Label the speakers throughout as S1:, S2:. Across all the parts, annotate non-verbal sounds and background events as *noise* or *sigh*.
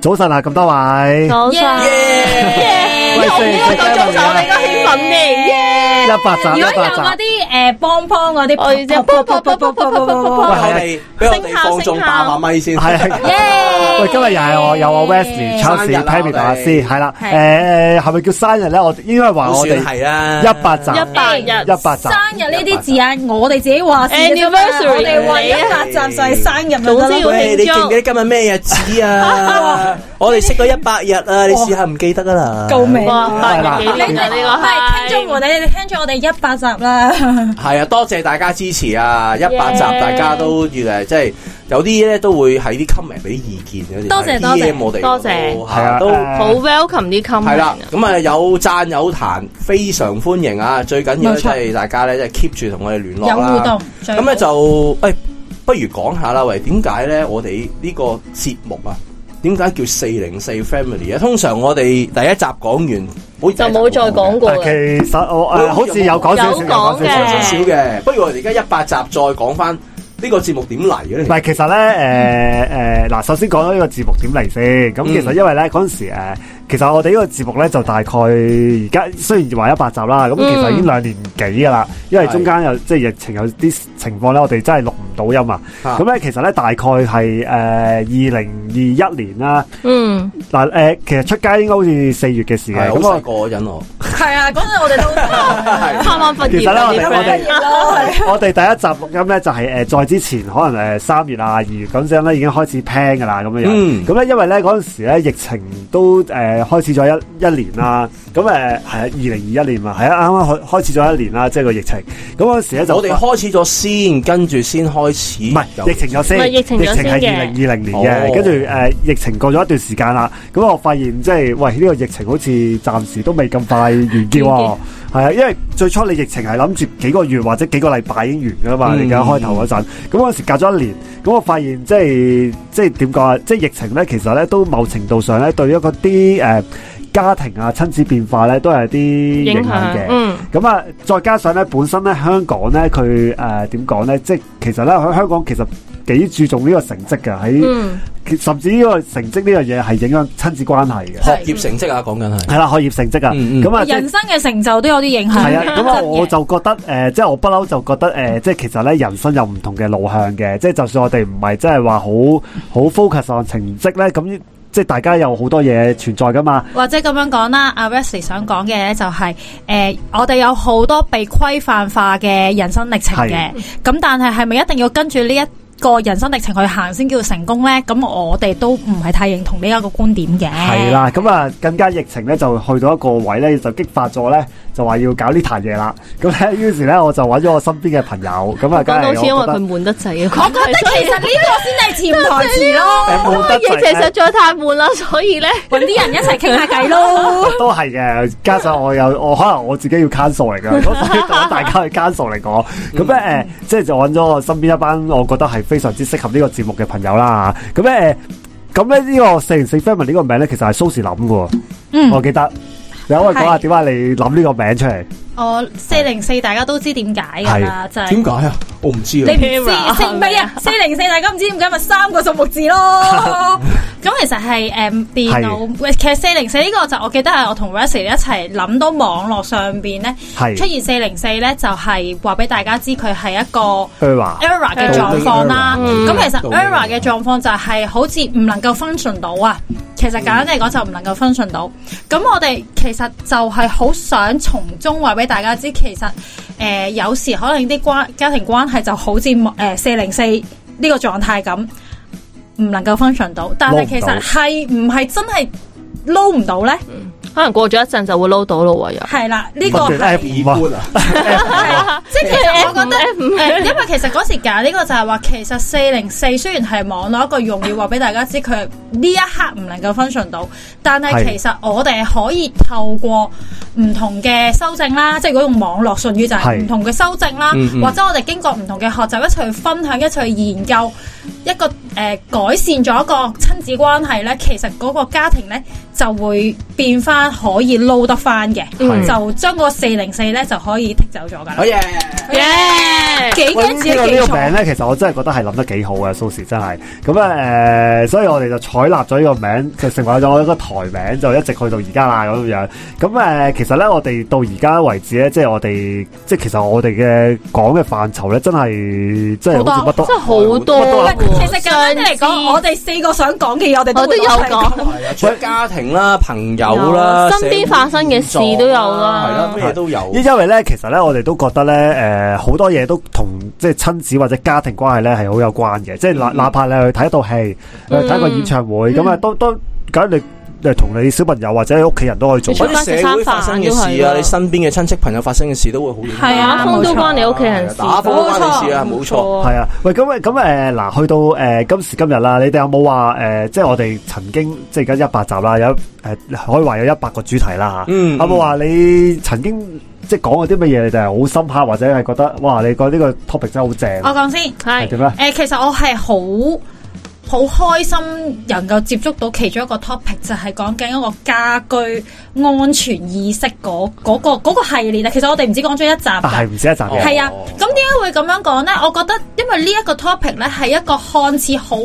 S1: 早晨啊，咁多位，
S2: 早晨，
S1: 喂
S2: 耶！好
S1: 四
S2: 呢個早晨，我哋都興奮嚟耶！
S1: 一百集，
S3: 如果
S1: 一
S3: 有
S1: 百
S3: 嗰
S1: 集，
S3: 啲诶幫幫嗰啲，
S2: 我哋就
S3: 噗噗噗噗噗噗噗
S1: 喂
S3: 噗
S4: 我
S1: 係
S4: 哋俾我哋放
S2: 聲
S4: 縱
S2: 效
S4: 打下咪先。
S1: 係
S4: *laughs*
S1: 啊。
S3: 耶！
S1: 喂，今日又係我有我 Wesley、
S4: 生
S1: Charles、
S4: 日啊
S1: Pammy 大
S4: 我哋
S1: 師，係啦，
S3: 係
S1: 誒係咪叫生日咧？我應該係話
S4: 都
S1: 我
S4: 算
S1: 哋
S4: 係啊啦，
S1: 一百集，
S2: 一百日
S1: 一百集
S3: 生，日呢啲字眼，我哋自己話事嘅啫嘛
S2: Anniversary
S3: 我哋話一百集就係生日咪得
S2: 總之
S3: 咯
S2: 要。
S4: 喂，你
S2: 慶
S4: 記
S2: 祝
S4: 唔記得今日咩日子啊？我哋識咗一百日啊，你試下唔記得㗎啦。
S3: 救命
S2: 哇，百
S1: 係啦
S2: 日紀念啊呢
S3: 唔係
S2: 個
S3: 聽
S2: 係
S3: 眾和你哋聽咗我哋一百集啦，
S4: 係啊，多謝大家支持啊！一百集
S2: Yeah
S4: 大家都越嚟即係有啲咧都會喺啲 comment 俾啲意見嘅，
S3: 多謝多謝
S4: DM 我哋
S2: 多謝
S1: 係啊，
S4: 都
S1: 誒
S2: 好 welcome 啲 comment
S4: 係啦
S2: 啊。
S4: 咁啊有讚有彈，非常歡迎啊！最緊要
S3: 冇
S4: 咧
S3: 錯
S4: 即係大家咧即係 keep 住同我哋聯絡
S3: 有
S4: 啦。
S3: 互動，最好
S4: 咁咧就诶、哎不如講下啦，喂，點解咧我哋呢個節目啊，點解叫四零四 family 啊？通常我哋第一集講完，好
S2: 就冇再講過
S1: 但其
S2: 啦。
S1: 實我誒
S4: 有
S1: 好似有講少少，
S2: 有講嘅
S1: 少
S4: 少
S1: 少
S4: 少嘅。不如我哋而家一百集再講翻呢個節目點嚟嘅
S1: 唔
S4: 咧？
S1: 係，其實咧，誒誒嗱，首先講到呢個節目點嚟先。咁
S4: 嗯
S1: 其實因為咧嗰陣時誒，呃其實我哋呢個節目咧就大概而家雖然話一百集啦，
S4: 嗯
S1: 咁其實已經兩年幾噶啦。因為中間有即係疫情有啲情況咧，我哋真係錄唔到音啊。
S4: 啊
S1: 咁咧其實咧大概係誒二零二一年啦。
S2: 嗯，
S1: 嗱誒，其實出街應該好似四月嘅事嘅。
S4: 係
S1: 咁
S4: 好細
S1: 我
S4: 個嗰陣我，
S3: 係啊，嗰陣我哋都
S2: 啱啱畢
S1: 其
S2: 業
S1: 實咧
S2: 啊
S1: 我
S2: 啲
S1: 哋我
S2: friend
S1: 哋。我哋第一集錄音咧，就係、呃再之前可能誒三月啊、二月咁樣咧，已經開始 plan 噶啦咁樣樣。
S4: 嗯
S1: 咁咧、因為咧嗰陣時咧疫情都誒、呃、開始咗一一年啦，咁誒係啊二零二一年嘛，係啊啱啱開開始咗一年啦，即係個疫情。咁嗰陣時咧就
S4: 我哋開始咗先，跟住先開始
S1: 唔係
S4: 有
S1: 疫情有先，
S2: 唔係疫情有先
S1: 係二
S2: 嘅
S1: 零二零年
S4: 哦
S1: 嘅，跟住誒疫情過咗一段時間啦，咁我發現即係喂呢、個疫情好似暫時都未咁快完結
S2: 完
S1: 喎，係啊，因為最初你疫情係諗住幾個月或者幾個禮拜已經完㗎啦嘛，
S4: 嗯
S1: 你而開頭嗰陣，咁嗰陣時隔咗一年，咁我發現即係即係點講啊，即係疫情咧其實咧都某程度上咧對於嗰啲誒家庭啊親子變化咧都係有啲影
S2: 影
S1: 響嘅
S2: 響，。嗯，
S1: 咁啊，再加上咧，本身咧香港咧，佢誒點講咧，即係其實咧喺香港其實幾注重呢個成績嘅，喺、
S2: 嗯，
S1: 其甚至呢個成績呢樣嘢係影響親子關係嘅，
S4: 學業成績啊，講緊係
S1: 係啦，學業成績啊，
S4: 嗯嗯
S1: 咁啊、即係
S3: 人生嘅成就都有啲影響。
S1: 係啊，咁啊，
S3: 真嘅
S1: 我就覺得誒、呃即係我不嬲就覺得誒、呃即係其實咧，人生有唔同嘅路向嘅，即係就算我哋唔係真係話好好 focus on 成績咧，咁即係大家有好多嘢存在噶嘛，
S3: 或者咁樣講啦，阿 Wesley 想講嘅咧就係、呃我哋有好多被規範化嘅人生歷程嘅，咁但係係咪一定要跟住呢一個人生歷程去行先叫成功呢？咁我哋都唔係太認同呢一個觀點嘅。
S1: 係啦，咁啊，更加疫情咧就去到一個位咧，就激發咗咧，就話要搞呢壇嘢啦。咁咧，於是咧我就揾咗我身邊嘅朋友，咁啊，梗
S2: 講
S1: 係
S2: 到好似因為
S1: 我覺
S2: 佢
S1: 得
S2: 悶得滯
S3: 我
S2: 啊，
S3: 覺得其實呢個先係潛台詞咯， *laughs*
S1: 誒冇
S2: *laughs*
S1: 得
S2: 疫情實
S1: 滯
S2: 在太悶啦，所以咧，
S3: 揾啲人一齊傾下偈 *laughs* 咯。
S1: 都係嘅。加上我有我可能我自己要 cancel 嚟㗎，咁所以揾大家去 cancel 嚟講。咁咧誒，即係就揾咗我身邊一班我覺得係非常之適合呢個節目嘅朋友啦。咁咧誒，咁咧呢個四零四 family 呢個名咧，其實係蘇士諗嘅喎，我
S3: 嗯，
S1: 記得。你可唔可以講下
S3: 係
S1: 點解你諗呢個名出嚟？
S3: 我哦四零四大家都知點解㗎啦，就係、
S4: 點解啊？我唔知啊
S3: 你。唔知
S2: Camera，
S3: 四唔係啊？四零四大家唔知點解咪三個數目字咯？咁其實係誒電腦，喂其實四零四呢個就我記得係我同 Wesley 一齊諗到網絡上邊咧
S1: 係
S3: 出現四零四咧，就係話俾大家知佢係一個
S1: Error
S3: error 嘅狀況啦。
S4: 道理 error
S3: 咁其實
S4: 道理
S3: error 嘅狀況就係好似唔能夠 function 到啊。其實簡單嚟講就唔能夠 function 到。咁我哋其實就係好想從中話俾大家知，其實誒、呃有時可能啲關家庭關係就好似誒四零四呢個狀態咁，唔能夠 function 到。但係其
S1: 撈唔到
S3: 實係唔係真係撈唔到咧？
S2: 可能過咗一陣就會撈到咯喎，又
S3: 係啦，呢、個
S1: 不斷
S3: 係。
S1: F
S4: 二
S1: 五啊
S4: 官 *laughs* 啊，
S3: 即係其實我覺得
S2: F 五 F 五
S3: 誒， *laughs* 因為其實嗰時揀呢個就係話，其實四零四雖然係網絡一個用語，話俾大家知佢呢一刻唔能夠 function 到，但係
S1: 係
S3: 其實我哋可以透過唔同嘅修正啦，即係嗰種網絡術語就係
S1: 係
S3: 唔同嘅修正啦
S4: 嗯，嗯
S3: 或者我哋經過唔同嘅學習，一齊去分享，一齊去研究一個誒、诶改善咗一個親子關係咧，其實嗰個家庭咧就會變翻可以撈得翻嘅，
S1: 嗯
S3: 就將個四零四咧就可以剔走咗㗎
S4: 好
S3: 啦。
S4: 嘢，
S2: 耶！
S3: 幾驚自己
S1: 呢個
S3: 記
S1: 呢個
S3: 錯
S1: 名咧，其實我真係覺得係諗得幾好嘅，蘇時真係咁啊誒，所以我哋就採納咗呢個名，就成為咗我一個台名，就一直去到而家啦咁樣。咁誒、其實咧，我哋到而家為止咧，即係我哋即係其實我哋嘅講嘅範疇咧，真係即係好似乜都
S2: 真係好多
S3: 喂
S2: 喎。
S3: 其實簡單啲嚟
S2: 哦上
S3: 講，
S2: 司
S3: 我哋四個想講嘅嘢，我哋
S2: 我
S3: 都
S2: 都
S3: 會
S2: 有
S3: 攞出嚟
S2: 講。
S4: 係啊，除咗家庭啦、朋友啦、
S2: 啊身邊發生嘅事
S4: 啊
S2: 都有啦
S4: 係啦，咩嘢都有。
S1: 因為咧，其實咧，我哋都覺得咧，誒、好多嘢都同即係親子或者家庭關係咧係好有關嘅，即係
S4: 嗯
S1: 哪哪怕你去睇一套戲，去睇一個演唱會，咁啊、都都梗你誒同你小朋友或者屋企人都可以做
S2: 你
S4: 或
S2: 出
S4: 者
S2: 街食
S4: 社會發生嘅事
S2: 餐飯都
S4: 啊，
S2: 係
S4: 你身邊嘅親戚朋友發生嘅事都會好影響。
S3: 係啊
S2: 打風都關你屋企人事，
S4: 打風都關你事啊，冇
S2: 冇
S4: 錯。
S2: 錯
S1: 系。啊，喂，咁喂，咁誒嗱，去到誒、呃今時今日啦，你哋有冇話誒，即係我哋曾經即係而家一百集啦，有誒、呃可以話有一百個主題啦嚇，
S4: 嗯
S1: 有冇話你曾經即係講過啲乜嘢，你哋係好深刻，或者係覺得哇，你覺得呢個 topic 真係好正，
S4: 哦
S1: 啊
S3: 我講先。
S1: 係
S2: 係
S1: 點咧？
S3: 誒、其實我係好好開心能夠接觸到其中一個 topic，就係講緊一個家居安全意識嗰嗰、個嗰、個系列啊。其實我哋唔止講咗一集
S1: 啊，係
S3: 㗎。
S1: 唔止一集
S4: 哦
S1: 嘅，
S3: 係啊，咁點解會咁樣講呢？我覺得因為呢一個 topic 呢，係一個看似好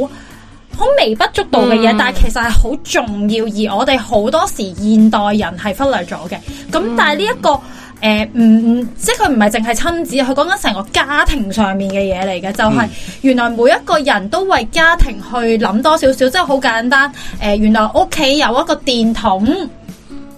S3: 好微不足道嘅嘢，
S2: 嗯
S3: 但係其實係好重要，而我哋好多時現代人係忽略咗嘅。
S4: 嗯
S3: 咁但係呢一個誒唔唔，即係佢唔係淨係親子，佢講緊成個家庭上面嘅嘢嚟嘅，就
S4: 嗯
S3: 係、原來每一個人都為家庭去諗多少少，即係好簡單。誒、原來屋企有一個電筒。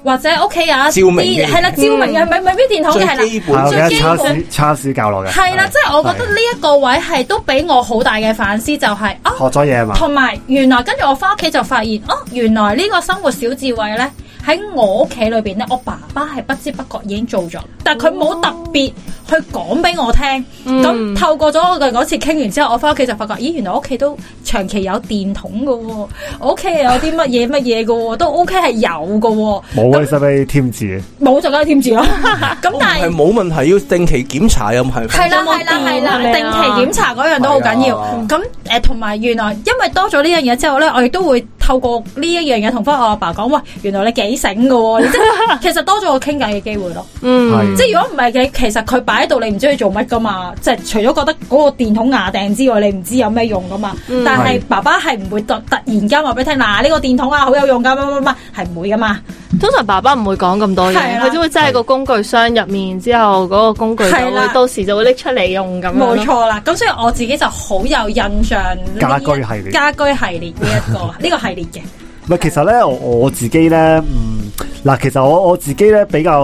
S3: 或者屋企有
S4: 照明
S3: 一
S4: 嘅嗯
S3: 啲係啦，照明嘅咪咪邊電筒嘅係啦
S4: 最，基本
S1: 係我記
S3: 最
S1: 得
S3: 基
S1: 叉
S3: 本
S1: 燒叉燒教落嘅，
S3: 係啦，即係我覺得呢一個位係都俾我好大嘅反思，就係、啊，
S1: 學咗嘢啊嘛，
S3: 同埋原來跟住我翻屋企就發現，哦、原來呢個生活小智慧呢，喺我屋企裏邊呢，我爸爸係不知不覺已經做咗，但佢冇特別去講俾我聽。咁、
S2: 嗯
S3: 透過咗我嘅嗰次傾完之後，我翻屋企就發覺，咦，原來屋企都長期有電筒嘅喎、我屋企又有啲乜嘢乜嘢嘅喎，都 OK 係有嘅喎、
S1: 冇啊，使唔使添字？
S3: 冇就梗係添住咯。 *laughs* 咁但係
S4: 係。冇問題，要定期檢查又唔係。
S3: 係啦
S2: 有冇
S3: 係啦係
S2: 電係咪
S3: 啦，定
S2: 啊
S3: 期檢查嗰樣都好緊要
S4: 係啊。
S3: 咁誒同埋原來因為多咗呢樣嘢之後咧，我亦都會透過呢一樣嘢同翻我阿爸講，喂，原來你幾醒嘅喎，你即係 *laughs* 其實多咗個傾偈嘅機會咯。
S1: 係
S2: 嗯，
S3: 即係如果唔係嘅，其實佢擺喺度，你唔知佢做乜噶嘛。即係除咗覺得嗰個電筒牙定之外，你唔知有咩用噶嘛。
S2: 嗯
S3: 但係
S1: 係
S3: 爸爸係唔會突突然間話俾你聽，嗱呢個電筒啊好有用㗎，乜乜乜係唔會噶嘛。
S2: 通常爸爸唔會講咁多
S3: 係
S2: 嘢，
S3: 啦
S2: 佢只會擠喺個工具箱入面，之後嗰個工具就
S3: 係
S2: 會
S3: 啦
S2: 到時就會拎出嚟用咁樣咯
S3: 冇。錯啦，咁所以我自己就好有印象呢一
S1: 家居系列
S3: 家居系列呢一個呢個系列嘅。
S1: 唔係，其實咧，我我自己咧，嗯，嗱，其實我我自己咧比較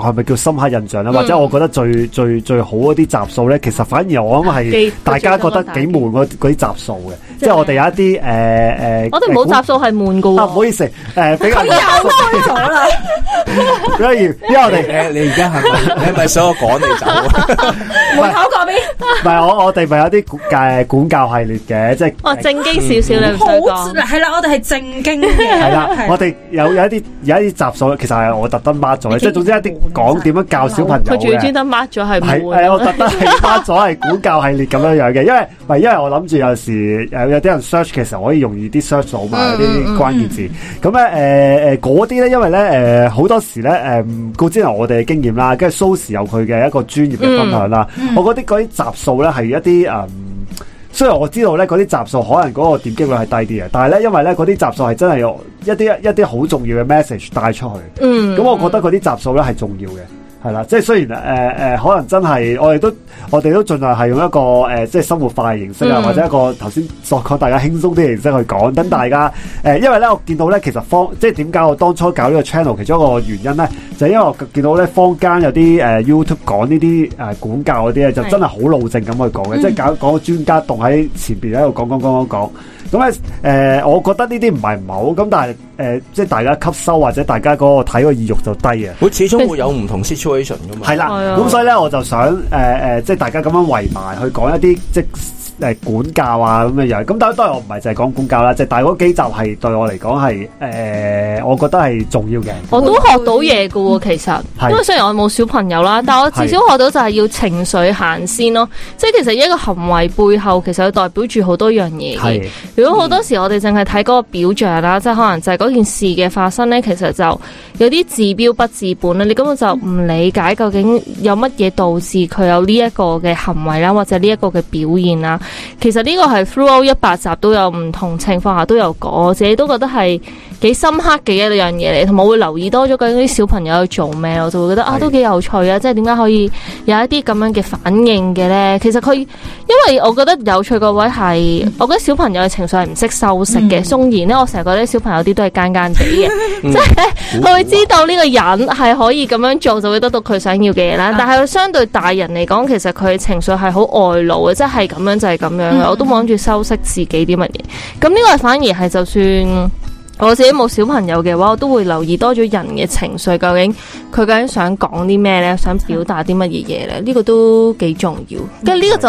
S1: 係咪叫深刻印
S3: 嗯
S1: 象咧，或者我覺得最最最好嗰啲集數咧，其實反而我
S3: 啊
S1: 諗係
S2: 記
S1: 大家覺得幾悶嗰嗰啲集數嘅，即係我哋有一
S3: 嗯
S1: 啲誒呃誒，
S2: 我哋冇集數係悶噶
S1: 啊，唔好
S2: 喎，
S1: 意思，誒比較
S3: 佢又開咗啦，
S1: *laughs* 比較，因為我哋
S4: 你你而家係咪 *laughs* 你係咪想我趕你走啊？ *laughs*
S3: 門口嗰邊
S1: 唔係我我哋咪有啲管誒管教系列嘅，即係嗯
S2: 哦正經少少你唔想
S3: 好
S2: 講，
S3: 係啦，我哋係正經嘅，
S1: 系啦，我
S3: 係
S1: 哋有有一啲有一啲集數，其實係我特登 mark 咗嘅，即係總之一啲講點樣教小朋友
S2: 佢仲要
S1: 嘅
S2: 專。登 mark 咗係
S1: 系系，我
S2: 悶。
S1: 特登係 mark 咗係估教系列咁樣樣嘅，因為唔係因為我諗住有時誒有啲人 search 嘅時候可以容易啲 search 到嘛
S2: 嗯
S1: 有啲關鍵字，咁咧誒誒嗰啲咧，因為咧誒好多時咧誒顧之由我哋嘅經驗啦，跟住蘇時有佢嘅一個專業嘅分享啦，
S2: 嗯
S1: 我覺得嗰啲集數咧係一啲嗯誒。雖然我知道咧，嗰啲集數可能嗰個點擊率係低啲嘅，但係咧，因為咧嗰啲集數係真係有一啲一啲好重要嘅 message 帶出去。
S2: 嗯，
S1: 咁我覺得嗰啲集數咧係重要嘅，係啦，即係雖然誒誒、呃呃可能真係我哋都我哋都盡量係用一個誒、呃即係生活化嘅形式啊，
S2: 嗯
S1: 或者一個頭先所講大家輕鬆啲嘅形式去講，等大家誒、呃因為咧我見到咧其實方即係點解我當初搞呢個 channel 其中一個原因咧，就係因為我見到咧坊間有啲誒、呃 YouTube 講呢啲誒管教嗰啲咧，就
S2: 係
S1: 真係好老正咁去講嘅，即係搞講個專家棟喺前邊喺度講講講講講。咁咧，誒、我覺得呢啲唔係唔好，咁但係誒、即係大家吸收或者大家嗰個睇個意欲就低嘅。
S4: 會始終會有唔同 situation 噶嘛。
S1: 係啦，
S2: 係啊
S1: 咁所以咧，我就想誒誒、呃呃即係大家咁樣圍埋去講一啲即係誒管教啊咁嘅樣。咁但係當然我唔係淨係講管教啦，即係但係嗰幾集係對我嚟講係誒，我覺得係重要嘅。
S2: 我都學到嘢噶喎，其實，
S1: 嗯係嗯
S2: 因為雖然我冇小朋友啦，但我至少學到就係要情緒行先咯。即係其實一個行為背後，其實佢代表住好多樣嘢嘅
S1: 係。
S2: 如果好多時我哋淨係睇嗰個表象啦，即係可能就係嗰件事嘅發生呢，其實就有啲治標不治本啦。你根本就唔理解究竟有乜嘢導致佢有呢一個嘅行為啦，或者呢一個嘅表現啦。其實呢個係 throughout 一百集都有唔同情況下都有講，我自己都覺得係幾深刻嘅一樣嘢嚟，同埋我會留意多咗究竟啲小朋友去做咩，我就會覺得啊
S1: 係
S2: 都幾有趣啊！即係點解可以有一啲咁樣嘅反應嘅咧？其實佢因為我覺得有趣個位係，我覺得小朋友嘅情緒係唔識收拾嘅。縱然咧，我成日覺得啲小朋友啲都係奸奸地嘅，即係佢會知道呢個人係可以咁樣做，就會得到佢想要嘅嘢啦。但係相對大人嚟講，其實佢嘅情緒係好外露嘅，即係咁樣就係咁樣嘅。我都冇諗住修飾自己啲乜嘢。咁呢個反而係就算。我自己冇小朋友嘅話，我都會留意多咗人嘅情緒，究竟佢究竟想講啲咩呢？想表達啲乜嘢嘢呢？呢、個都幾重要。
S1: 嗯
S2: 跟住呢個就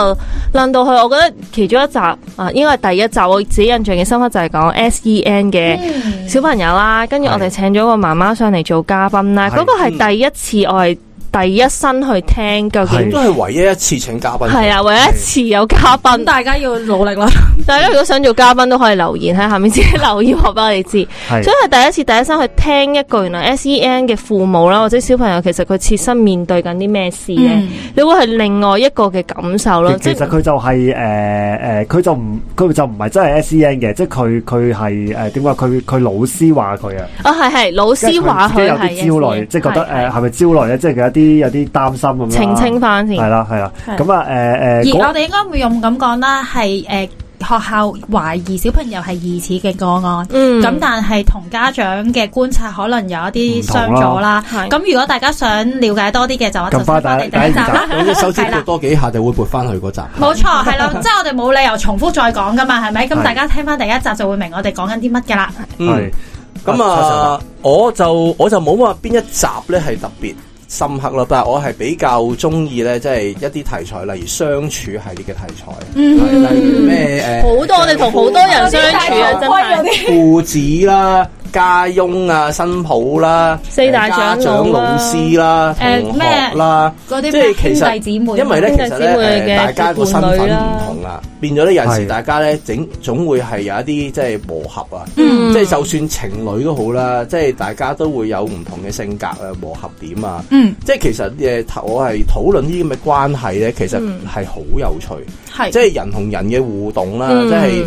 S2: 論到去，我覺得其中一集啊，應該係第一集，我自己印象嘅深刻就係講 SEN 嘅
S1: 嗯
S2: 小朋友啦。跟住我哋請咗個媽媽上嚟做嘉賓啦，
S1: 係嗯
S2: 嗰個係第一次我係第一身去聽究竟
S1: 係
S4: 都係唯一一次請嘉賓。
S2: 係啦，唯一一次有嘉賓
S1: 嗯
S3: 咁。大家要努力啦。
S2: 大家如果想做嘉賓都可以留言喺下面自己留言話俾我哋知。
S1: 係
S2: 所以係第一次第一身去聽一句，原來 SEN 嘅父母啦，或者小朋友其實佢切身面對緊啲咩事咧，
S3: 嗯
S2: 你會係另外一個嘅感受咯。
S1: 其
S2: 即
S1: 其實
S2: 係
S1: 佢就係誒誒，佢就唔佢就唔係真係 S.E.N 嘅，即係佢佢係誒點講？佢佢老師話佢啊，
S2: 啊，係係老
S1: 即係
S2: 師話
S1: 自己
S2: 佢 E
S1: 有
S2: 係
S1: 啲焦慮，即係覺得
S2: 係
S1: 誒係咪焦慮咧？即係佢有啲有啲擔心咁樣啦。
S2: 澄清翻先
S1: 係。啦係啦，
S3: 係
S1: 咁啊誒誒
S3: 而我
S1: 嗰
S3: 哋應該會用咁講啦，係誒、呃學校懷疑小朋友係疑似嘅個案，
S2: 嗯
S3: 咁、但係同家長嘅觀察可能有一啲相左
S2: 唔
S3: 啦。
S2: 同啦係
S3: 咁如果大家想了解多啲嘅就我
S1: 撳
S3: 就聽
S1: 返
S3: 翻
S1: 第
S3: 嚟
S1: 一
S3: 第一集
S1: 第一
S3: *laughs* 啦。
S4: 有隻手指
S3: 係
S4: 撥
S3: 啦
S4: 多幾下就會撥翻去嗰集。
S3: 冇錯，係啦，即係我哋冇理由重複再講噶嘛，係咪？
S1: 係
S3: 咁大家聽翻第一集就會明我哋講緊啲乜噶啦。
S4: 嗯
S1: 係。
S4: 咁啊，我就我就冇話邊一集咧係特別深刻啦，但係我係比較中意咧，即係一啲題材，例如相處系列嘅題材，係例如咩誒
S2: 嗯好多我哋同好多人相處啊，真係
S4: 父子啦、家翁啊、新抱啦、
S2: 四大長老啦
S4: 家長老師啦、
S3: 誒
S4: 同學啦。
S3: 嗰啲
S4: 即係
S3: 咩
S4: 其實
S3: 兄弟姊妹，啊
S4: 因為咧，
S2: 兄
S4: 其
S2: 弟
S4: 實
S2: 姊妹
S4: 咧，誒
S2: 嘅
S4: 大家個身份
S2: 伴侶啊
S4: 唔
S2: 啦
S4: 同啦，變咗咧有陣時
S1: 係
S4: 大家咧整總會係有一啲即係磨合啊，
S2: 嗯
S4: 即係就算情侶都好啦，即係大家都會有唔同嘅性格啊、磨合點啊，
S3: 嗯
S4: 即係其實誒，頭我係討論呢啲咁嘅關係咧，其實
S2: 嗯
S4: 係好有趣，
S3: 係
S4: 即係人同人嘅互動啦，
S2: 嗯
S4: 即係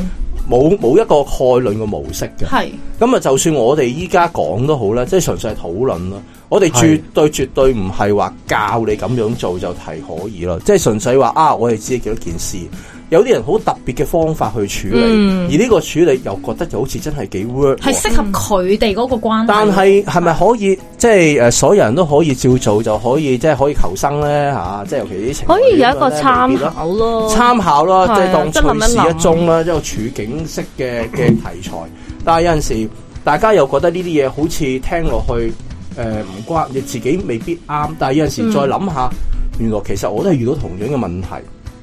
S4: 冇冇一個概論嘅模式嘅。
S3: 係
S4: 咁啊，就算我哋依家講都好啦，即係純粹係討論咯。我哋絕
S1: 係
S4: 對絕對唔係話教你咁樣做就係可以咯，即係純粹話啊，我哋知幾多件事。有啲人好特別嘅方法去處理，
S2: 嗯
S4: 而呢個處理又覺得就好似真係幾 work 喎。
S3: 係適合佢哋嗰個關係。
S4: 但係係咪可以即係誒，所有人都可以照做就可以，即係可以求生咧吓、啊即係尤其啲情侶
S2: 可以有一個
S4: 咧
S2: 參
S4: 未必啦
S2: 考咯。
S4: 參考啦，
S2: 係
S4: 即係當
S2: 即係諗
S4: 趣
S2: 一
S4: 事
S2: 諗
S4: 一宗啦，一個處境式嘅嘅題材。但係有陣時，大家又覺得呢啲嘢好似聽落去誒唔關，你自己未必啱。但係有陣時
S2: 嗯
S4: 再諗下，原來其實我都係遇到同樣嘅問題，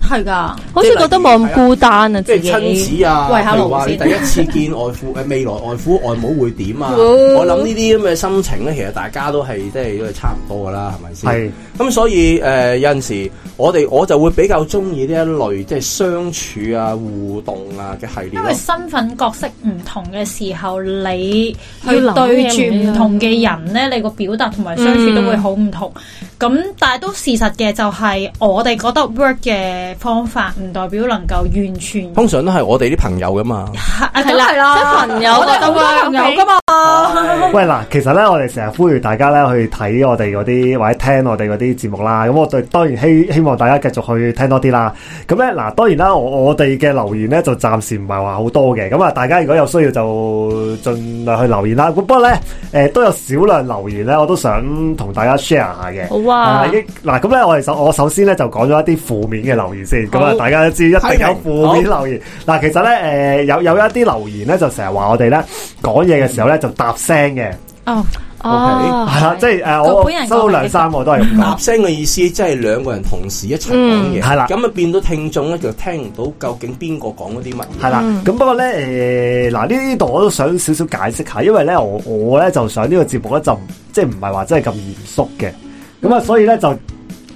S3: 係㗎，
S2: 好似覺得冇咁孤單啊，
S4: 即
S2: 自
S4: 係
S2: 己
S4: 親子啊，
S3: 喂下
S4: 譬如
S3: 路
S4: 話你
S3: 先
S4: 第一次見外父 *laughs* 誒未來外父外母會點啊？
S2: 哦
S4: 我諗呢啲咁嘅心情咧，其實大家都係即係都係差唔多噶啦，係咪先？
S1: 係
S4: 咁所以誒、呃有陣時，我哋我就會比較中意呢一類即係相處啊、互動啊嘅系列
S3: 因
S4: 咯
S3: 為。身份角色唔同嘅時候，你去
S2: 要諗
S3: 對
S2: 嘅
S3: 住
S2: 嘢
S3: 唔同嘅人咧，你個表達同埋相處都會好唔同。
S2: 嗯
S3: 咁、但係都事實嘅就係，我哋覺得 work 嘅方法唔代表能夠完全
S4: 通常都係我哋啲朋友噶嘛，
S3: 係啊
S2: 係啦
S3: 梗係啦，
S2: 即係朋友
S3: 我哋
S2: 覺得
S3: 好多
S2: work，
S3: 朋友噶嘛。
S1: 喂嗱，其實咧，我哋成日呼籲大家咧去睇我哋嗰啲或者聽我哋嗰啲節目啦。咁我對當然希希望大家繼續去聽多啲啦。咁咧嗱，當然啦，我我哋嘅留言咧就暫時唔係話好多嘅。咁啊，大家如果有需要就盡量去留言啦。咁不過咧，誒、都有少量留言咧，我都想同大家 share 下嘅。
S2: 好啊
S1: 係啦一嗱咁咧，我哋首我首先咧就講咗一啲負面嘅留言先。咁啊
S4: 好，
S1: 大家都知一定
S4: 批評
S1: 有負面留言。嗱，其實咧，誒、有有一啲留言咧就成日話我哋咧講嘢嘅時候咧就搭聲嘅。
S3: 哦，
S2: 哦，
S1: 系啊啦，即系诶，
S3: 個
S1: 我
S3: 本人
S1: 收到梁生我都系咁
S4: 搭
S1: 講。
S4: 聲嘅意思，即係兩個人同時一齊講
S1: 嗯
S4: 嘢，
S1: 係啦
S4: 咁啊變到聽眾咧就聽唔到究竟邊個講咗啲乜
S1: 系
S4: 嘢。
S1: 啦，咁不過咧，诶、嗱呢度我都想少少解釋下，因為咧我我咧就想呢個節目咧就唔即系唔係話真係咁嚴肅嘅，咁啊所以咧就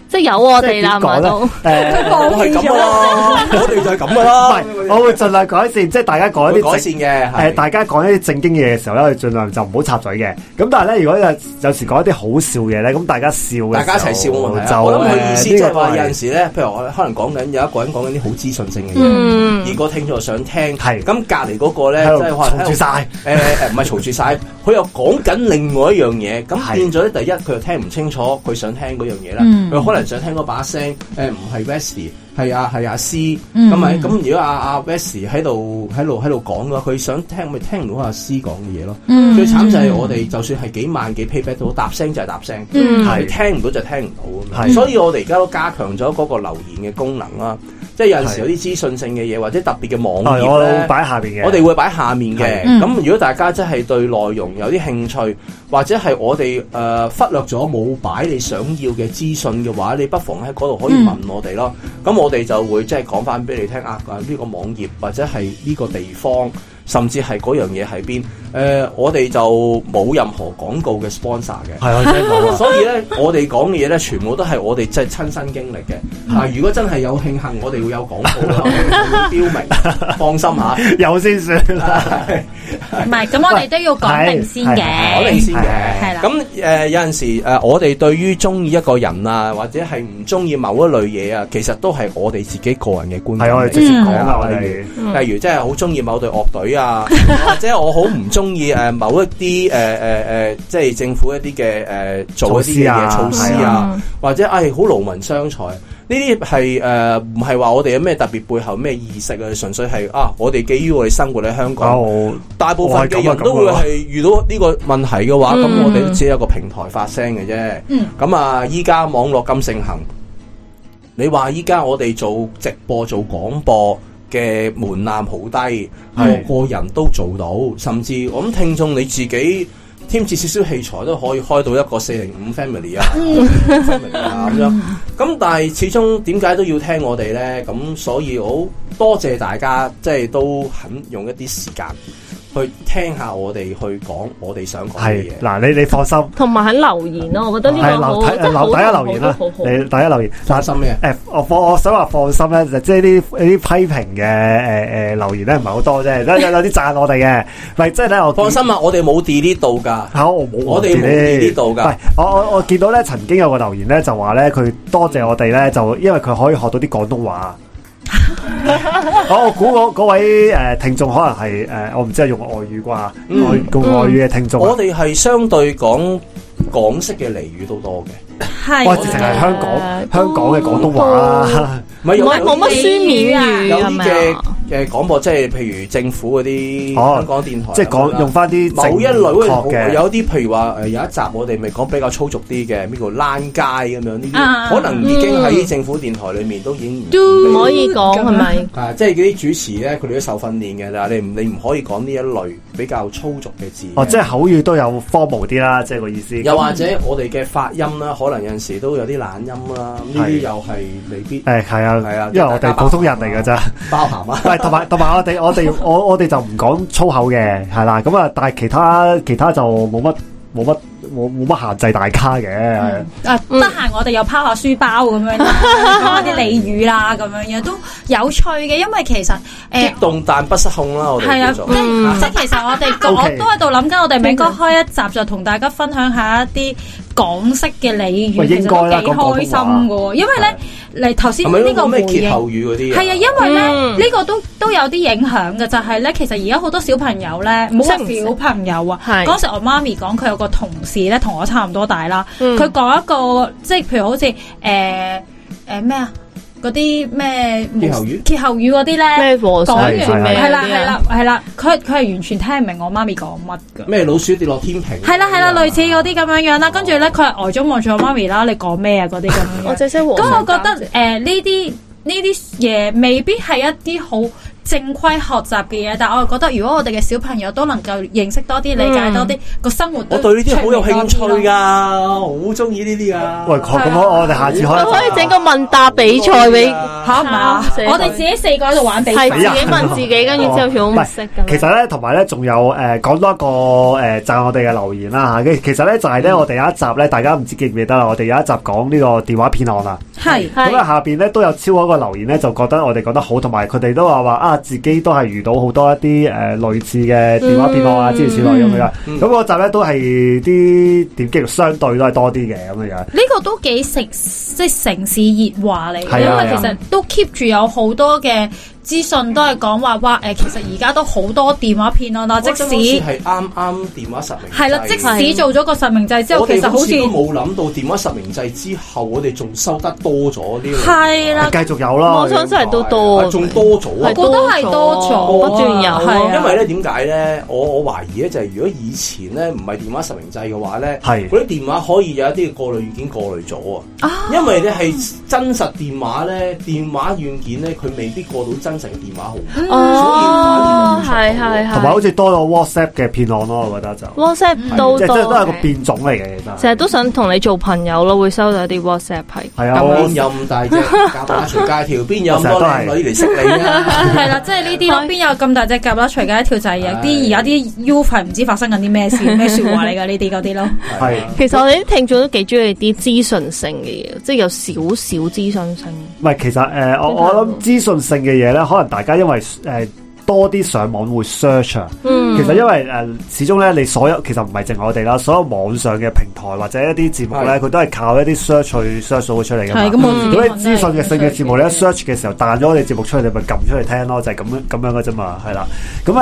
S2: 即系有我
S1: 即係
S2: 哋
S1: 點
S2: 啦，
S1: 講
S2: 嘛
S1: 咧
S2: 都。？
S1: 诶、
S4: 我係咁噶啦，我哋就係咁噶
S1: 唔
S4: 啦。
S1: 係，我會盡量改善，即係大家講一
S4: 會
S1: 啲
S4: 改
S1: 正
S4: 善嘅，
S1: 誒，
S4: 係
S1: 大家講一啲正經嘢嘅時候咧，我哋盡量就唔好插嘴嘅。咁但係咧，如果有有時講一啲好笑嘢咧，咁大家笑嘅
S4: 大家一齊笑
S1: 時候
S4: 冇問題
S1: 就
S4: 啊。我諗佢意思
S1: 誒
S4: 即
S1: 呢個
S4: 係話
S1: 都係
S4: 有陣時咧，譬如我可能講緊有一個人講緊啲好資訊性嘅嘢，
S2: 嗯，
S4: 而個聽眾想聽，
S1: 係
S4: 咁隔離嗰個咧
S1: 喺度
S4: 即係可
S1: 嘈
S4: 能喺
S1: 住
S4: 度
S1: 晒，
S4: 誒誒唔係嘈住晒，佢又講緊另外一樣
S1: 係
S4: 嘢，咁變咗咧，第一佢又聽唔清楚佢想聽嗰樣嘢啦，
S3: 嗯
S4: 佢可能想聽嗰把聲，誒唔係 Westy，係啊係阿 C，
S3: 嗯
S4: 咁咪咁如果阿阿 Westy 喺度喺度喺度講嘅話，佢想聽咪聽唔到阿 C 講嘅嘢咯。
S3: 嗯
S4: 最慘就係我哋就算係幾萬幾 payback 都好答聲就係答聲，
S2: 嗯
S4: 係聽唔到就聽唔到咁
S1: 係
S4: 樣。所以我哋而家都加強咗嗰個留言嘅功能啦，即係有陣時
S1: 係
S4: 有啲資訊性嘅嘢或者特別嘅網
S1: 係
S4: 頁
S1: 我
S4: 咧
S1: 會。擺喺下邊嘅。
S4: 我哋會擺下面嘅。
S3: 嗯
S4: 咁、如果大家真係對內容有啲興趣，或者係我哋誒、呃忽略咗冇擺你想要嘅資訊嘅話，你不妨喺嗰度可以問我哋咯。咁、我哋就會即係講翻俾你聽啊！啊呢、個網頁或者係呢個地方。甚至係嗰樣嘢喺邊？誒、呃我哋就冇任何廣告嘅 sponsor 嘅。
S1: *laughs* 係我聽到啊，
S4: 所以咧，我哋講嘅嘢咧，全部都係我哋即係親身經歷嘅。啊，如果真係有慶幸，我哋會有廣告啦，我哋會標明，放心嚇。
S1: 有先算啦。
S3: 唔係，咁我哋都要講定先
S1: 係係
S4: 講
S1: 係
S3: 嘅。
S4: 定先
S3: 係
S4: 嘅。
S3: 啦
S4: 咁誒、呃有陣時誒、呃我哋對於中意一個人啊，或者係唔中意某一類嘢啊，其實都係我哋自己個人嘅觀點嚟嘅。
S1: 係我哋直接講
S4: 係
S1: 啦，
S4: 啊
S1: 我
S4: 例
S1: 哋嗯
S4: 如例如真係好中意某隊樂隊啊，
S1: *laughs*
S4: 或者我好唔中意誒某一啲誒誒誒，即係政府一啲嘅誒做一啲嘅嘢
S1: 措
S4: 措
S1: 施
S4: 施
S1: 啊
S4: 啊，或者唉好勞民傷財。呢啲係誒唔係話我哋有咩特別背後咩意識啊，純粹係啊，我哋基於我哋生活喺香港。
S1: 我
S4: 大部分嘅人都會係遇到呢個問題嘅話，咁、
S2: 嗯
S4: 我哋都只係一個平台發聲嘅啫。
S3: 嗯
S4: 咁啊，依家網絡咁盛行，你話依家我哋做直播、做廣播嘅門檻好低，
S1: 係
S4: 個個人都做到，甚至我諗聽眾你自己。添置少少器材都可以開到一個四零五 family 啊，family 啊咁樣。
S1: 嗯
S4: 咁但係始終點解都要聽我哋呢？咁所以我好多謝大家，即係都肯用一啲時間去聽下我哋去講我哋想講嘅
S1: 係
S4: 嘢。
S1: 嗱，你你放心，
S2: 同埋喺留言咯，我覺得呢
S1: 係
S2: 個
S1: 留
S2: 好，
S1: 睇
S2: 即係好
S1: 留大家留言啦
S2: 好好，
S1: 你大家留言嗱
S4: 擔。心咩？
S1: 誒，我放我想話放心咧，就即係呢啲呢啲批評嘅誒誒留言咧，唔係好多啫，有有有啲讚我哋嘅，咪即係咧我
S4: 放心啊，我哋冇 delete 到㗎。
S1: 嚇啊我冇
S4: 我哋冇呢度㗎
S1: 唔係我我我見到咧曾經有個留言咧就話咧佢多謝我哋咧就因為佢可以學到啲廣東話。我我估嗰嗰位誒、呃、聽眾可能係誒、呃我唔知係用外語啩，
S4: 嗯
S1: 外用外語嘅聽眾啊
S4: 我，哋係相對講港式嘅俚語都多嘅，
S3: 係
S1: 哇！直情係香港香港嘅廣東話啦，
S4: 唔係有
S2: 唔係冇乜書面
S4: 哎有
S2: 語係
S4: 啲
S2: 咪
S4: 嘅
S2: 啊？
S4: 嘅廣播，即係譬如政府嗰啲
S1: 哦
S4: 香港電台，啊
S1: 即係講用翻啲
S4: 某一類
S1: 正確嘅
S4: 有啲譬如話誒有一集我哋咪講比較粗俗啲嘅，咩叫躝街咁樣呢
S3: 啊
S4: 啲，可能已經喺政府電台裏面都已經唔
S2: 都唔可以講係咪？
S4: 啊，即係嗰啲主持咧，佢哋都受訓練嘅啦。你唔你唔可以講呢一類比較粗俗嘅字嘅。
S1: *laughs* 哦，即係口語都有科目啲啦，即係個意思。
S4: 又或者我哋嘅發音啦，可能有陣時都有啲懶音啦。咁呢
S1: 係
S4: 啲又係未必
S1: 誒係啊，
S4: 係啊
S1: 因為我哋普通人嚟㗎咋。
S4: 包含啊。
S1: 喂，同埋同埋我哋我哋我我哋就唔講粗口嘅，係啦，咁啊，但係其他其他就冇乜冇乜冇冇乜限制大家
S2: 嗯
S1: 嘅，
S3: 啊，得閒我哋又拋下書包咁樣，講下啲俚語啦，咁樣嘢都有趣嘅，因為其實呃
S4: 激
S3: 誒。
S4: 動但不失控啦，我哋
S3: 係啊，即
S4: 叫做。
S2: 嗯
S3: 即其實我哋個
S1: OK
S3: 我都喺度諗緊，我哋咪應該開一集就同大家分享下一啲港式嘅俚
S1: 喂
S3: 語，其
S1: 應
S3: 實
S1: 該
S3: 都
S1: 啦
S3: 幾開心嘅喎。因為咧，你頭先
S4: 係咪
S3: 呢
S4: 嗰
S3: 個
S4: 個
S3: 回
S4: 咩歇
S3: 應
S4: 後語嗰啲
S3: 係
S4: 啊？
S3: 啊，因為咧
S2: 嗯
S3: 呢個都都有啲影響嘅，就係咧，其實而家好多小朋友咧，唔好話
S2: 識唔識
S3: 小朋友啊，
S2: 係
S3: 嗰時我媽咪講佢有個同事咧，同我差唔多大啦，
S2: 嗯
S3: 佢講一個即係譬如好似誒誒咩啊嗰啲咩
S4: 歇後語
S3: 歇後語嗰啲咧。
S2: 咩和尚
S3: 講完
S2: 唔知咩
S3: 係啦
S2: 嗰啲啊
S3: 係啦係啦，佢佢係完全聽唔明我媽咪講乜噶。
S4: 咩老鼠跌落天平？啊
S3: 係啦係啦，類似嗰啲咁樣樣啦，跟住咧佢係呆咗望住我媽咪啦，你講咩啊嗰啲咁樣樣。
S2: 我只識和
S3: 咁我
S2: 尚
S3: 覺得誒呢啲呢啲嘢未必係一啲好正規學習嘅嘢，但我又覺得如果我哋嘅小朋友都能夠認識多啲、理解多啲，個生活
S4: 我
S3: 都
S4: 對呢啲好有興
S3: 趣味
S4: 趣
S3: 多啲咯。
S4: 噶，
S3: 嗯
S4: 好中意呢啲噶。
S1: 喂，咁我我哋下次開
S2: 啊可以
S1: 一集啊
S2: 整個問答比賽俾
S3: 嚇唔係啊
S2: 嚇死！
S3: 我哋自己四個喺度玩比
S2: 係
S3: 賽
S2: 自。己問自己，跟住之後全部
S1: 唔
S2: 唔
S1: 係
S2: 識咁樣。
S1: 哦其實咧，同埋咧，仲有誒講多一個誒讚我哋嘅留言啦嚇。跟住其實咧就係
S2: 嗯
S1: 咧，我哋有一集咧，大家唔知記唔記得啦？我哋有一集講呢個電話騙案啊。
S3: 係
S1: 咁啊，
S2: 係
S1: 下邊咧都有超過一個留言咧，就覺得我哋講得好，同埋佢哋都話話啊，自己都係遇到好多一啲誒、呃、類似嘅電話騙案啊，
S2: 嗯
S1: 諸如此類咁樣啦。
S4: 嗯
S1: 咁嗰集咧都係啲點擊率相對都係多啲嘅咁樣樣。
S3: 呢個都幾城即係城市熱話嚟，
S1: 係啊
S3: 因為
S1: 係啊
S3: 其實都 keep 住有好多嘅資訊都係講話哇誒，其實而家都好多電話騙案啦，啊即
S4: 我覺得好似
S3: 使
S4: 係啱啱電話實名制
S3: 係啦，即使做咗個實名制之後，
S4: 我
S3: 其
S4: 哋
S3: 實
S4: 好
S3: 好
S4: 似
S3: 似
S4: 都冇諗到電話實名制之後，我哋仲收得多咗呢類
S3: 係
S2: 嗯
S3: 啦
S1: 啊繼續有啦，
S2: 我相信係都多
S4: 係仲多咗啊
S2: 係！
S3: 我覺得係多咗
S2: 不斷有
S3: 係啊
S2: 咯
S4: 因為咧點解咧？我我懷疑咧就係如果以前咧唔係電話實名制嘅話咧，
S1: 係
S4: 嗰啲電話可以有一啲過濾已經過濾咗啊。因為咧係真實電話咧，電話軟件咧佢未必過到真實嘅電話號碼。
S2: 哦，係係係。
S1: 同埋好似多咗 WhatsApp 嘅騙案咯，我覺得就
S2: WhatsApp
S1: 係
S2: 都
S1: 即係
S2: 多
S1: 即係都係個
S2: 嘅
S1: 變種嚟嘅，其實
S2: 成日都想同你做朋友咯，會收到一啲 WhatsApp 係。
S1: 係啊，
S4: 邊
S1: 我
S4: 有咁大隻蛤乸隨街條？邊有咁多靚女嚟識你
S3: *laughs*
S4: 啊？
S3: 係啦，即係呢啲咯，邊有咁大隻夾啦，隨街一條仔啊！啲而家啲 U 係唔知發生緊啲咩事，咩説話嚟㗎呢啲嗰啲咯。
S1: 係
S2: 其實我哋啲聽眾都幾中意啲資訊性嘅嘢，即係有少少資訊性。
S1: 唔係其實誒、呃我我諗資訊性嘅嘢咧，可能大家因為誒、呃多啲上網會 search 啊。
S2: 嗯
S1: 其實因為誒、呃始終咧，你所有其實唔係淨我哋啦，所有網上嘅平台或者一啲節目咧，
S4: 係
S1: 佢都係靠一啲 search 去 search 到佢出嚟
S3: 嗯係
S1: 噶
S3: 咁，
S1: 嘛。
S3: 我自
S1: 咁你
S3: 己可能都係
S1: 資訊嘅性嘅節目，你一 search 嘅時候彈咗我哋節目出嚟，你咪撳出嚟聽咯，就係咁樣咁樣嘅啫嘛，係啦。咁誒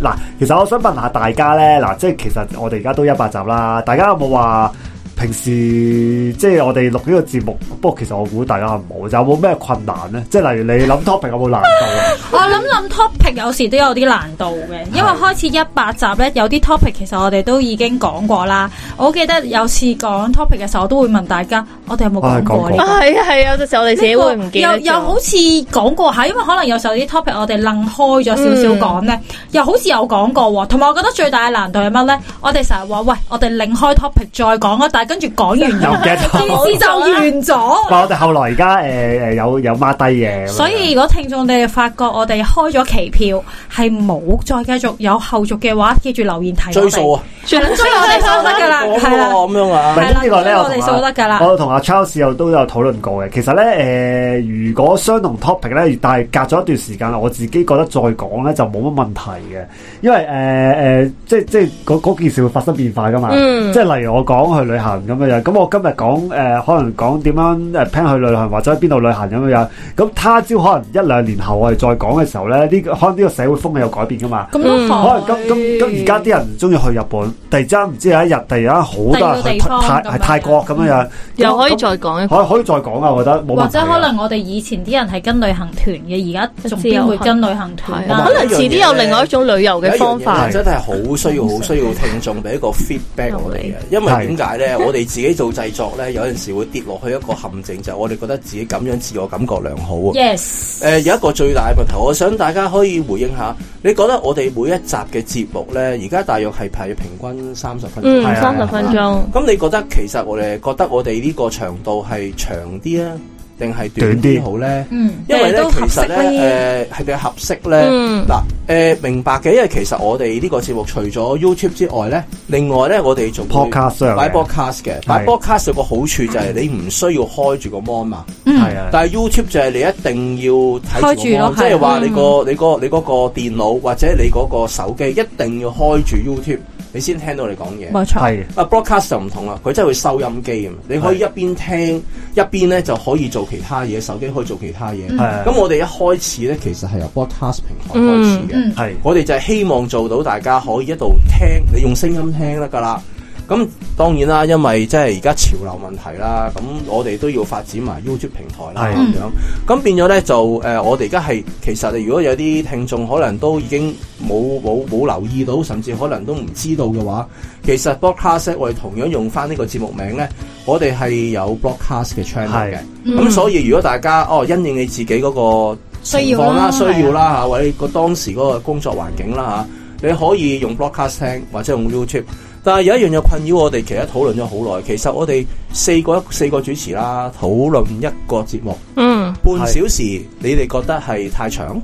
S1: 嗱，其實我想問下大家咧，嗱，即係其實我哋而家都一百集啦，大家有冇話平時即係我哋錄呢個節目？不過其實我估大家係冇，就有冇咩困難咧？即係例如你諗 topic 有冇難
S3: *laughs*
S1: 度啊？
S3: 我諗諗 topic 有時都有啲難度嘅，因為開始一百集咧，有啲 topic 其實我哋都已經講過啦。我記得有次講 topic 嘅時候，我都會問大家，我哋有冇講過呢
S1: 啊講過
S3: 個？
S2: 啊，係啊係啊，有陣時我哋自己會唔記
S3: 又
S2: 得
S3: *laughs* 又好似講過下，因為可能有時候啲 topic 我哋楞開咗少少講
S1: 嗯
S3: 咧，又好似有講過喎。同埋我覺得最大嘅難度係乜咧？我哋成日話喂，我哋另開 topic 再講啊，但係跟住講完件
S1: 又唔記得咗。
S3: 事就完咗。
S1: *laughs* 話我哋後來而家誒誒有有孖低嘅，咁樣
S3: 所以如果聽眾你哋發覺我哋開咗期票係冇再繼續有後續嘅話，記住留言提我哋
S4: 追數啊！
S2: 追
S3: 追我哋數得㗎啦，
S4: 講
S3: 係啦
S4: 喎。咁樣
S1: 唔係
S4: 啊！
S3: 係啦
S1: 呢個咧，
S3: 呢個
S1: 我
S3: 我哋
S1: 同
S3: 數得㗎啦
S1: 阿我同阿 Charles 又都有討論過嘅。其實咧，誒，如果相同 topic 咧，但係隔咗一段時間，我自己覺得再講咧就冇乜問題嘅，因為誒誒，即係即係嗰嗰件事會發生變化噶嘛。
S2: 嗯
S1: 即係例如我講去旅行咁樣樣，咁我今日講誒，可能講點樣誒 plan 去旅行或者去邊度旅行咁樣樣，咁他朝可能一兩年後我哋再講嘅時候咧，呢個可能呢個社會風氣有改變噶嘛。
S3: 咁都
S1: 可能
S2: 嗯
S3: 可
S1: 咁咁咁而家啲人唔中意去日本，突然之間唔知有一日，突然之間好多人去
S3: 第二個
S1: 泰
S3: 地方
S1: 係泰國咁樣樣，
S2: 又可以
S1: 咁
S2: 再講一個
S1: 可可以再講啊！我覺得冇問題嘅
S3: 或者可能我哋以前啲人係跟旅行團嘅，而家仲邊會跟旅行團
S2: 係
S4: 同
S2: 啊
S4: 埋
S3: 啦
S2: 可？能遲啲有另外一種旅遊
S4: 有一
S2: 嘅
S4: 樣
S2: 方法
S4: 嘢。真係好需要、好需要聽眾俾一個 *laughs* feedback 我哋嘅，因為點解咧？我哋自己做製作咧，有陣時會跌落去一個陷阱，就係我哋覺得自己咁樣自我感覺良好啊。
S3: Yes，
S4: 誒、有一個最大嘅問題，我想大家可以回應下，你覺得我哋每一集嘅節目咧，而家大約係排平均三十分鐘
S2: 嗯
S1: 係，啊
S2: 三十分鐘。
S4: 咁你覺得其實我哋覺得我哋呢個長度係長啲啊，定係短
S1: 短
S4: 啲
S1: 啲
S4: 好咧？
S3: 嗯，
S4: 因為咧，
S3: 都
S4: 其
S3: 合
S4: 實
S3: 適呢
S4: 咧，誒係咪合適咧？
S2: 嗯
S4: 嗱、誒明白嘅，因為其實我哋呢個節目除咗 YouTube 之外咧，另外咧我哋仲會
S1: Podcast 啊
S4: 擺 podcast 嘅，
S1: 係
S4: 擺 podcast 有個好處就係你唔需要開住個 mon 嘛，
S1: 係啊，
S4: 但係 YouTube 就係你一定要睇
S3: 開
S4: 住
S3: 住
S4: 個 mon，
S3: 咯
S4: 即係話
S3: 係嗯
S4: 你個你個你嗰個電腦或者你嗰個手機一定要開住 YouTube，你先聽到你講嘢。
S3: 冇錯，
S1: 係
S4: 啊 broadcast 就唔同啦，佢真係會收音機咁，你可以一邊聽一邊咧就可以做其他嘢，手機可以做其他嘢。
S1: 係啊
S4: 咁我哋一開始咧，其實係由 broadcast 平台開始嘅。
S3: 嗯
S1: 係
S4: 我哋就係希望做到大家可以一度聽，你用聲音聽得㗎啦。咁當然啦，因為即係而家潮流問題啦，咁我哋都要發展埋 YouTube 平台啦
S1: 係
S4: 咁樣。咁變咗咧就誒、呃我哋而家係其實如果有啲聽眾可能都已經冇冇冇留意到，甚至可能都唔知道嘅話，其實 broadcast 呢我哋同樣用翻呢個節目名咧，我哋係有 broadcast 嘅 channel 嘅
S1: 係。
S4: 咁、所以如果大家哦因應你自己嗰個
S3: 需
S4: 情
S3: 要啦
S4: 況
S3: 啊
S4: 啦、需要啦嚇，或者個當時嗰個工作環境啦嚇，你可以用 broadcast 聽或者用 YouTube。但係有一樣嘢困擾我哋，其實討論咗好耐。其實我哋四個四個主持啦，討論一個節目
S2: 嗯，
S4: 半小時，你哋覺得係太長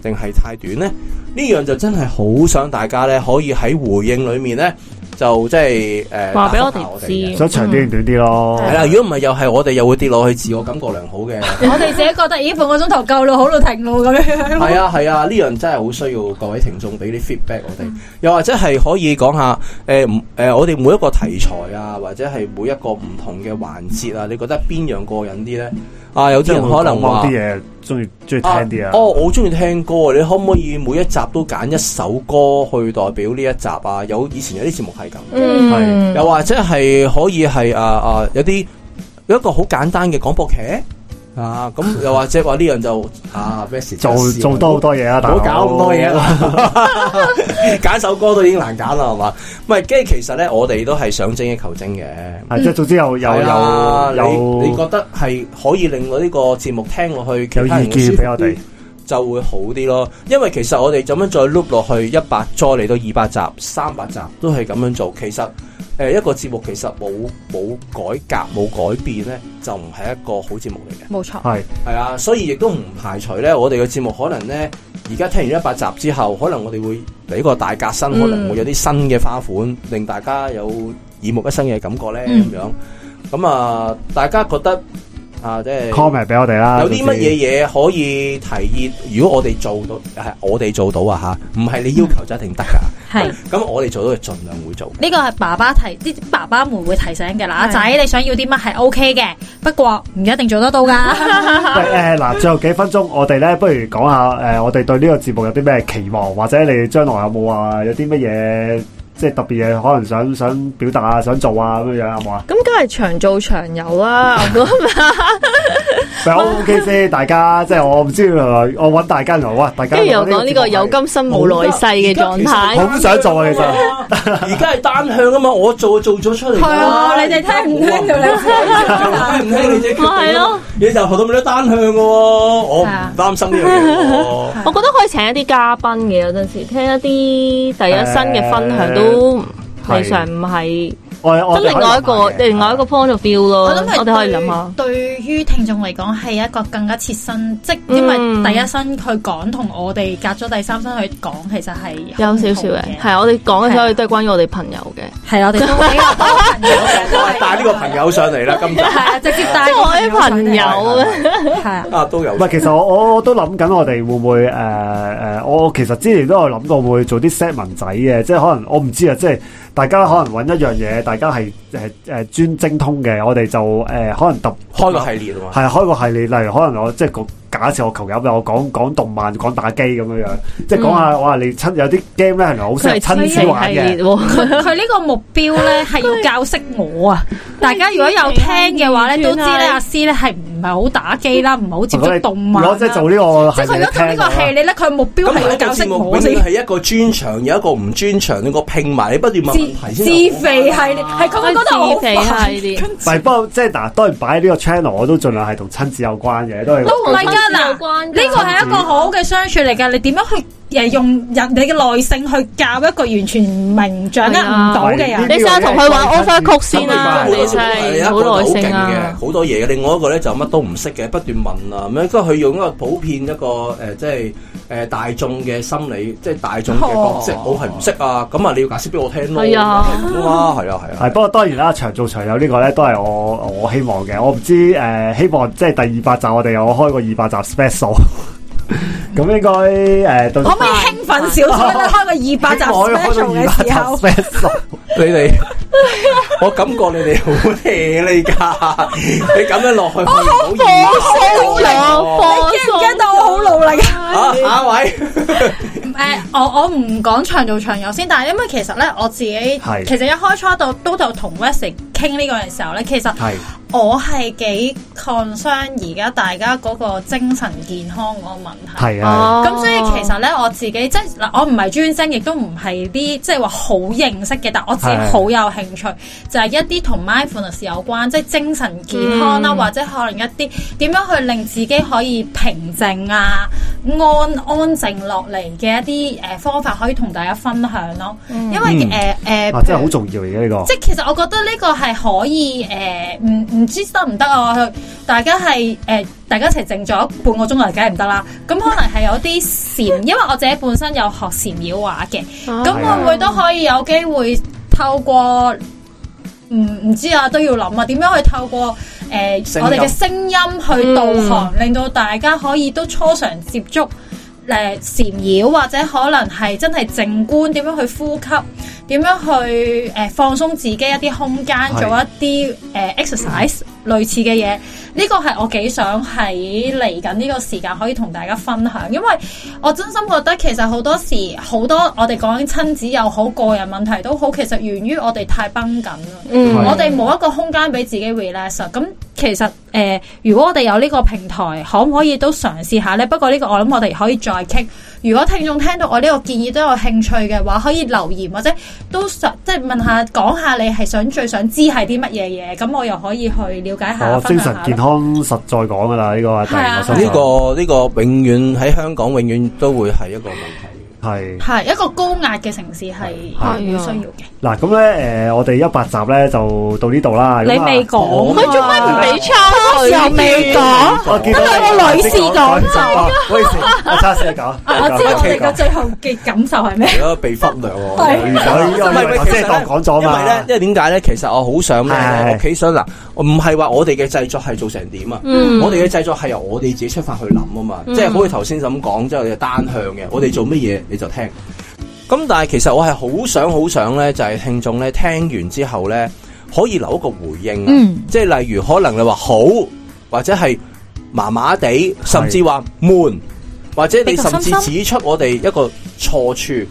S4: 定係太短呢？呢樣就真係好想大家咧，可以喺回應裏面咧，就即係誒
S2: 話俾我哋知
S4: 嘅
S1: 想長啲定短啲咯。
S4: 係啦，如果唔係又係我哋又會跌落去自我感覺良好嘅。
S3: 我哋自己覺得，咦，半個鐘頭夠啦，好啦，停咯咁樣。
S4: 係啊係啊，呢樣真係好需要各位聽眾俾啲 feedback 我哋，又或者係可以講下誒唔誒，我哋每一個題材啊，或者係每一個唔同嘅環節啊，你覺得邊樣過癮啲咧？啊，有啲
S1: 即係
S4: 人
S1: 會
S4: 可能
S1: 講某
S4: 話
S1: 啲。嘢中意中意聽啲啊。
S4: 哦，我好中意聽歌啊！你可唔可以每一集都揀一首歌去代表呢一集啊？有以前有啲節目係咁，
S2: 嗯，
S4: 又或者係可以係啊啊有啲有一個好簡單嘅廣播劇啊，咁又或者話呢樣就啊 m e s
S1: 做做多好多嘢啊，
S4: 唔
S1: 大
S4: 好
S1: 佬
S4: 搞咁多嘢。啦，揀首歌都已經難揀啦，係嘛？唔係，跟住其實咧，我哋都係想精益求精嘅。
S1: 係即係總之又又
S4: 係啦
S1: 又又
S4: 你你覺得係可以令到呢個節目聽落去，
S1: 有意見俾我哋，
S4: 就會好啲咯。因為其實我哋咁樣再 loop 落去一百，再嚟到二百集、三百集，都係咁樣做。其實誒、呃一個節目其實冇冇改革、冇改變咧，就唔係一個好節目嚟嘅。
S3: 冇錯，
S1: 係
S4: 係啊，所以亦都唔排除咧，我哋嘅節目可能咧，而家聽完一百集之後，可能我哋會嚟一個大革新，
S3: 嗯
S4: 可能會有啲新嘅花款，令大家有耳目一新嘅感覺咧，咁、
S3: 嗯
S4: 樣。咁啊，大家覺得啊，即係
S1: comment 俾我哋啦。
S4: 有啲乜
S1: 總之？
S4: 嘢嘢可以提議？如果我哋做到，係我哋做到啊吓，唔係你要求就一定得噶。
S3: 嗯係。
S4: 咁我哋做到就盡量會做。
S3: 呢個係爸爸提，啲爸爸們會提醒嘅啦。阿
S2: 係
S3: 仔，你想要啲乜係 O K 嘅，不過唔一定做得到 *laughs* 㗎。
S1: 喂誒嗱，最後幾分鐘，我哋咧不如講下誒，我哋對呢個節目有啲咩期望，或者你將來有冇話有啲乜嘢即係特別嘢，可能想想表達啊，想做啊咁樣樣有冇啊？
S5: 咁梗係長做長有
S1: *laughs*
S5: 啦，我覺
S2: 啊
S5: 得
S1: 喂我 OK 啫，大家即係我唔知原來我揾大家原來哇，大家
S5: 跟住又講呢個
S1: 節目係
S5: 有今生冇來世嘅狀態，
S1: 好想做啊其實
S4: 而家係單向啊嘛，我做就做咗出嚟㗎啦。
S3: 哦啊到 *laughs* 你？
S4: 唔聽你自己決定
S2: 咪係咯，
S4: 你就學到咪得單向嘅喎，我唔擔心呢樣嘢喎。
S2: 我覺得可以請一啲嘉賓嘅，有陣時聽一啲第一新嘅分享都未嘗唔係，
S1: 我我
S2: 即係另外一個另外一
S1: 啊
S2: 個 point of view 咯，
S3: 我諗係
S2: 我哋可以諗下。
S3: 對。對於聽眾嚟講係一個更加切身，即係因
S2: 嗯
S3: 為第一身去講同我哋隔咗第三身去講，其實係
S2: 有少少嘅，係我哋講嘅所有都係關於我哋朋友嘅，
S3: 係啦，我哋都比較多朋友嘅，都
S4: 我係
S3: 係
S4: 帶呢個朋友上嚟啦，今集
S3: 係啊，直接帶
S2: 即係我啲朋友啊，
S3: 係啊。
S4: 啊都有
S1: 唔。係，其實我我我都諗緊，我哋會唔會誒誒、呃我其實之前都有諗過會做啲 set 文仔嘅，即係可能我唔知啊，即係大家可能揾一樣嘢，大家係誒誒專精通嘅，我哋就誒、呃可能特
S4: 開個系列啊嘛，
S1: 係開個系列，例如可能我即係個假設我求入我講講動漫、講打機咁樣樣，即係講下哇，你親有啲 game 咧原來好適合
S2: 嗯佢係
S1: 親子玩
S2: 系
S1: 嘅，
S2: 列喎。
S3: 佢佢呢個目標咧係要教識我啊！大家如果有聽嘅話咧，都知咧阿師咧係唔係好打機啦，唔好接觸動漫啦
S1: 我即係做呢個
S3: 即係
S1: 系
S3: 佢如
S1: 列
S3: 果做呢個系
S1: 聽啊
S3: 列咧，佢目標
S4: 咁
S3: 係
S4: 係
S3: 要
S4: 一個
S3: 教
S4: 節
S3: 識
S4: 目，
S3: 我
S4: 永
S3: 先
S4: 遠。係一個專長，有一個唔專長，你個拼埋，你不斷問問題
S3: 自自
S4: 先。
S3: 肥系列係佢會覺得我好煩
S2: 啊自肥系列
S1: *laughs*
S3: 跟
S1: 唔係，不過即係嗱，當然擺呢個 channel 我都盡量係同親子有關嘅，都係
S3: 都唔
S2: 同親
S3: 係㗎
S2: 子
S3: 嗱
S2: 有關㗎
S3: 呢個係一個好好嘅相處嚟㗎，你點樣去誒用人你嘅耐性去教一個完全明掌握唔到嘅
S1: 係啊
S3: 人？
S2: 你試下同佢玩 offer 曲先啦，
S4: 好
S2: 你
S4: 多
S2: 真
S4: 係
S2: 係
S4: 一個
S2: 好
S4: 好
S2: 耐
S4: 勁
S2: 性
S4: 嘅，
S2: 啊！
S4: 好多嘢嘅。另外一個咧就乜都唔識嘅，不斷問啊咁樣。跟住佢用一個普遍一個誒、呃即係誒、呃大眾嘅心理，即係大眾嘅角色，
S3: 哦
S4: 我係唔識啊。咁啊，你要解釋俾我聽咯。
S2: 係啊
S4: 咁啊，係啊，係
S1: 係，
S4: 啊。
S1: 不過當然啦，長做長有呢個咧，都係我我希望嘅。我唔知誒、呃希望即係第二百集我哋有開個二百集 special，咁應該誒、呃、到
S3: 可唔可以興奮少少咧？開個二百集
S1: 希望可以開
S3: special 嘅時
S1: 到
S3: 候
S1: 二。百集 special， *laughs*
S4: 你哋，我感覺你哋好 hea 你㗎，你咁樣落去，我好
S2: 放鬆咗，
S3: 你記唔記得我好努力啊？
S4: 啊，下一位。
S3: 誒、我我唔講長做長有先，但係因為其實咧，我自己
S1: 係
S3: 其實一開初到都就同 West 傾傾呢個嘅時候咧，其實
S1: 係
S3: 我係幾 concern 而家大家嗰個精神健康嗰個問題。
S1: 係啊，
S2: 哦
S3: 咁所以其實咧，我自己即係嗱，我唔係專精，亦都唔係啲即係話好認識嘅，但我自己
S1: 係
S3: 好有興趣，就係、一啲同 mindfulness 有關，即係精神健康啦，
S2: 嗯
S3: 或者可能一啲點樣去令自己可以平靜啊、安安靜落嚟嘅一啲誒、呃方法，可以同大家分享咯。因為誒誒，呃
S1: 嗯啊真係好重要而家呢個
S3: 即係其實我覺得呢個係可以誒，唔、唔知得唔得啊？去大家係誒、呃大家一齊靜咗半個鐘嚟，梗係唔得啦。咁可能係有啲禪，因為我自己本身有學禪繞畫嘅，咁
S1: 係啊
S3: 會唔會都可以有機會透過？唔唔知啊，都要諗啊，點樣去透過誒、呃
S4: 聲音
S3: 我哋嘅聲音去導航，令到大家可以都初嘗接觸誒禪繞，或者可能係真係靜觀，點樣去呼吸，點樣去誒、呃放鬆自己一啲空間，
S1: 係
S3: 做一啲誒、呃 exercise 類似嘅嘢。呢個係我幾想喺嚟緊呢個時間可以同大家分享，因為我真心覺得其實好多時好多我哋講緊親子又好，個人問題都好，其實源於我哋太崩緊啦。
S2: 嗯
S1: 係
S3: 我哋冇一個空間俾自己 relax 啊咁其實誒、呃如果我哋有呢個平台，可唔可以都嘗試下呢？不過呢個我諗我哋可以再傾。如果聽眾聽到我呢個建議都有興趣嘅話，可以留言或者都想即係問下講下你係想最想知係啲乜嘢嘢，咁我又可以去了解下。
S1: 哦，
S3: 分
S1: 精
S3: 享下
S1: 神
S3: 啦
S1: 健康實在講噶啦，呢個第二個
S3: 係啊
S1: 心
S4: 呢個呢個永遠喺香港永遠都會係一個問題。
S1: 係。
S3: 係一個高壓嘅城市係
S1: 係
S3: 係需要嘅。
S1: 嗱，咁咧，誒，我哋一百集咧就到呢度啦。咁啊
S3: 你未講
S5: 佢做咩唔俾抄佢？又未講，
S1: 我見到
S5: 得兩個女士講
S1: 就，喂，我差先講，
S3: 啊 *laughs* 我知道我哋嘅最後嘅感受係
S1: 啊
S3: 咩？
S4: 如果被忽略喎，
S3: 係
S4: 唔
S1: 我以為頭先係當講咗
S4: 因
S1: 嘛
S4: 為咧，因為點解咧？其實我好想咩
S1: 係係
S4: 咧？我企想嗱，唔係話我哋嘅製作係做成點啊？
S2: 嗯
S4: 我哋嘅製作係由我哋自己出發去諗啊嘛，
S1: 嗯
S4: 即係好似頭先咁講，即係我哋單向嘅，我哋做乜嘢你就聽。咁但係其實我係好想好想咧，就係聽眾咧聽完之後咧，可以留一個回應啊，
S5: 嗯
S4: 即係例如可能你話好，或者係麻麻地，甚至話悶，或者你甚至指出我哋一個錯處。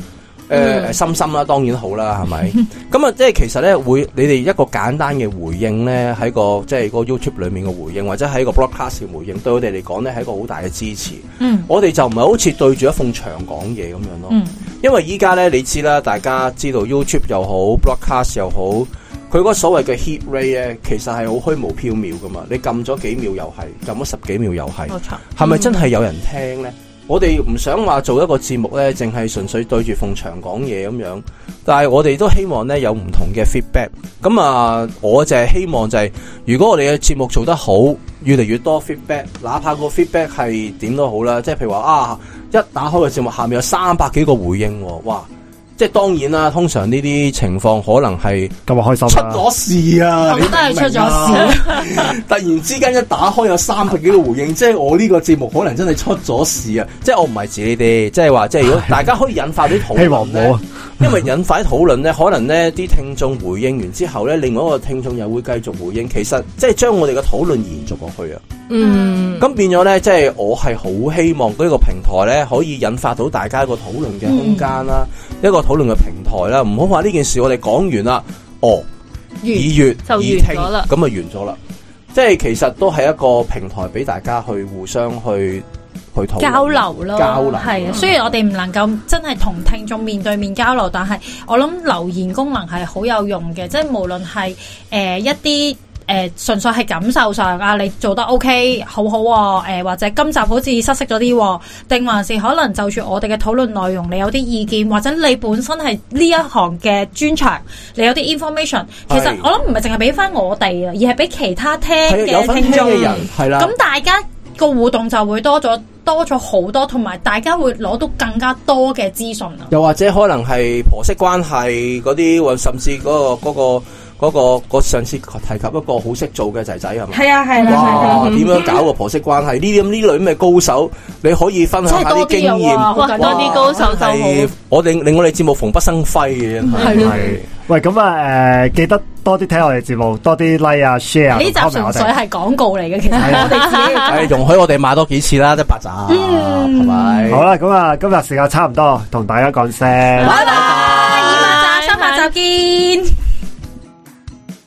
S4: 誒、心心啦，當然好啦，係咪？咁啊，即係其實咧，會你哋一個簡單嘅回應咧，喺個即係個 YouTube 裏面嘅回應，或者喺個 broadcast 嘅回應，對我哋嚟講咧係一個好大嘅支持。
S3: 嗯
S4: 我哋就唔係好似對住一埲牆講嘢咁樣咯。
S3: 嗯
S4: 因為依家咧，你知啦，大家知道 YouTube 又好，broadcast 又好，佢嗰個所謂嘅 hit rate 咧，其實係好虛無縹緲噶嘛。你撳咗幾秒又係，撳咗十幾秒又係。
S3: 錯。
S4: 係咪真係有人聽呢？我哋唔想話做一個節目呢，淨係純粹對住埲牆講嘢咁樣，但係我哋都希望呢有唔同嘅 feedback。咁啊，我就係希望就係、如果我哋嘅節目做得好，越嚟越多 feedback，哪怕個 feedback 係點都好啦，即係譬如話啊，一打開個節目下面有三百幾個回應喎，哇！即係當然啦，通常呢啲情況可能係
S1: 咁啊開心
S4: 出
S1: 啦。
S4: 咗事啊，
S3: 我覺得係出咗事，
S4: *laughs* 突然之間一打開有三百幾個回應，即係我呢個節目可能真係出咗事啊！即係我唔係指呢啲，即係話即係如果大家可以引發啲討論呢
S1: 希望冇啊，
S4: *laughs* 因為引發啲討論咧，可能呢啲聽眾回應完之後咧，另外一個聽眾又會繼續回應，其實即係將我哋嘅討論延續落去啊！
S2: Ừ. 嗯，
S4: 咁變咗咧，即係我係好希望呢個平台咧，可以引發到大家一個討論嘅空間啦，嗯一個討論嘅平台啦，唔好話呢件事我哋講完啦，哦。已月
S2: 就完
S4: 已聽
S2: 咗啦
S4: 咁啊完咗啦。即係其實都係一個平台俾大家去互相去去討論
S3: 交流咯，
S4: 交流
S3: 係
S2: 嗯
S3: 啊。雖然我哋唔能夠真係同聽眾面對面交流，但係我諗留言功能係好有用嘅，即係無論係誒一啲。誒、純粹係感受上啊，你做得 OK，好好喎、誒或者今集好似失色咗啲喎，定還是可能就住我哋嘅討論內容，你有啲意見，或者你本身係呢一行嘅專長，你有啲 information，其實
S4: 係
S3: 我諗唔係淨係俾翻我哋啊，而係俾其他聽
S4: 係啊有
S3: 嘅
S4: 份
S3: 聽
S4: 聽
S3: 眾。
S4: 嘅人係啦。
S3: 咁大家個互動就會多咗多咗好多，同埋大家會攞到更加多嘅資訊啊！
S4: 又或者可能係婆媳關係嗰啲，或甚至嗰、個嗰、個嗰、個個上次提及一個好識做嘅仔仔係咪？
S3: 係啊，係
S4: 哇！點樣搞個婆媳關係？呢啲咁呢類咁嘅高手，你可以分享下啲經
S3: 真係多啲啊
S4: 驗。
S3: 哇
S2: 哇，多啲高手就
S4: 係
S2: 好。
S4: 我哋令我哋節目蓬不生輝嘅真係。
S3: 係咯
S1: 係。喂，咁啊，誒，記得多啲聽我哋節目，多啲 like 啊，share
S3: 呢集純
S1: 同 comment 我
S3: 粹
S1: 哋。
S3: 係廣告嚟嘅，其實
S1: 係啊
S3: 我哋自
S4: *laughs*
S3: 己
S4: 係容許我哋買多幾次啦，得八集，係咪？
S1: 好啦，咁啊，
S3: *laughs*
S1: 今日時間差唔多，同大家講聲。
S3: 拜拜，二萬集、三萬集見。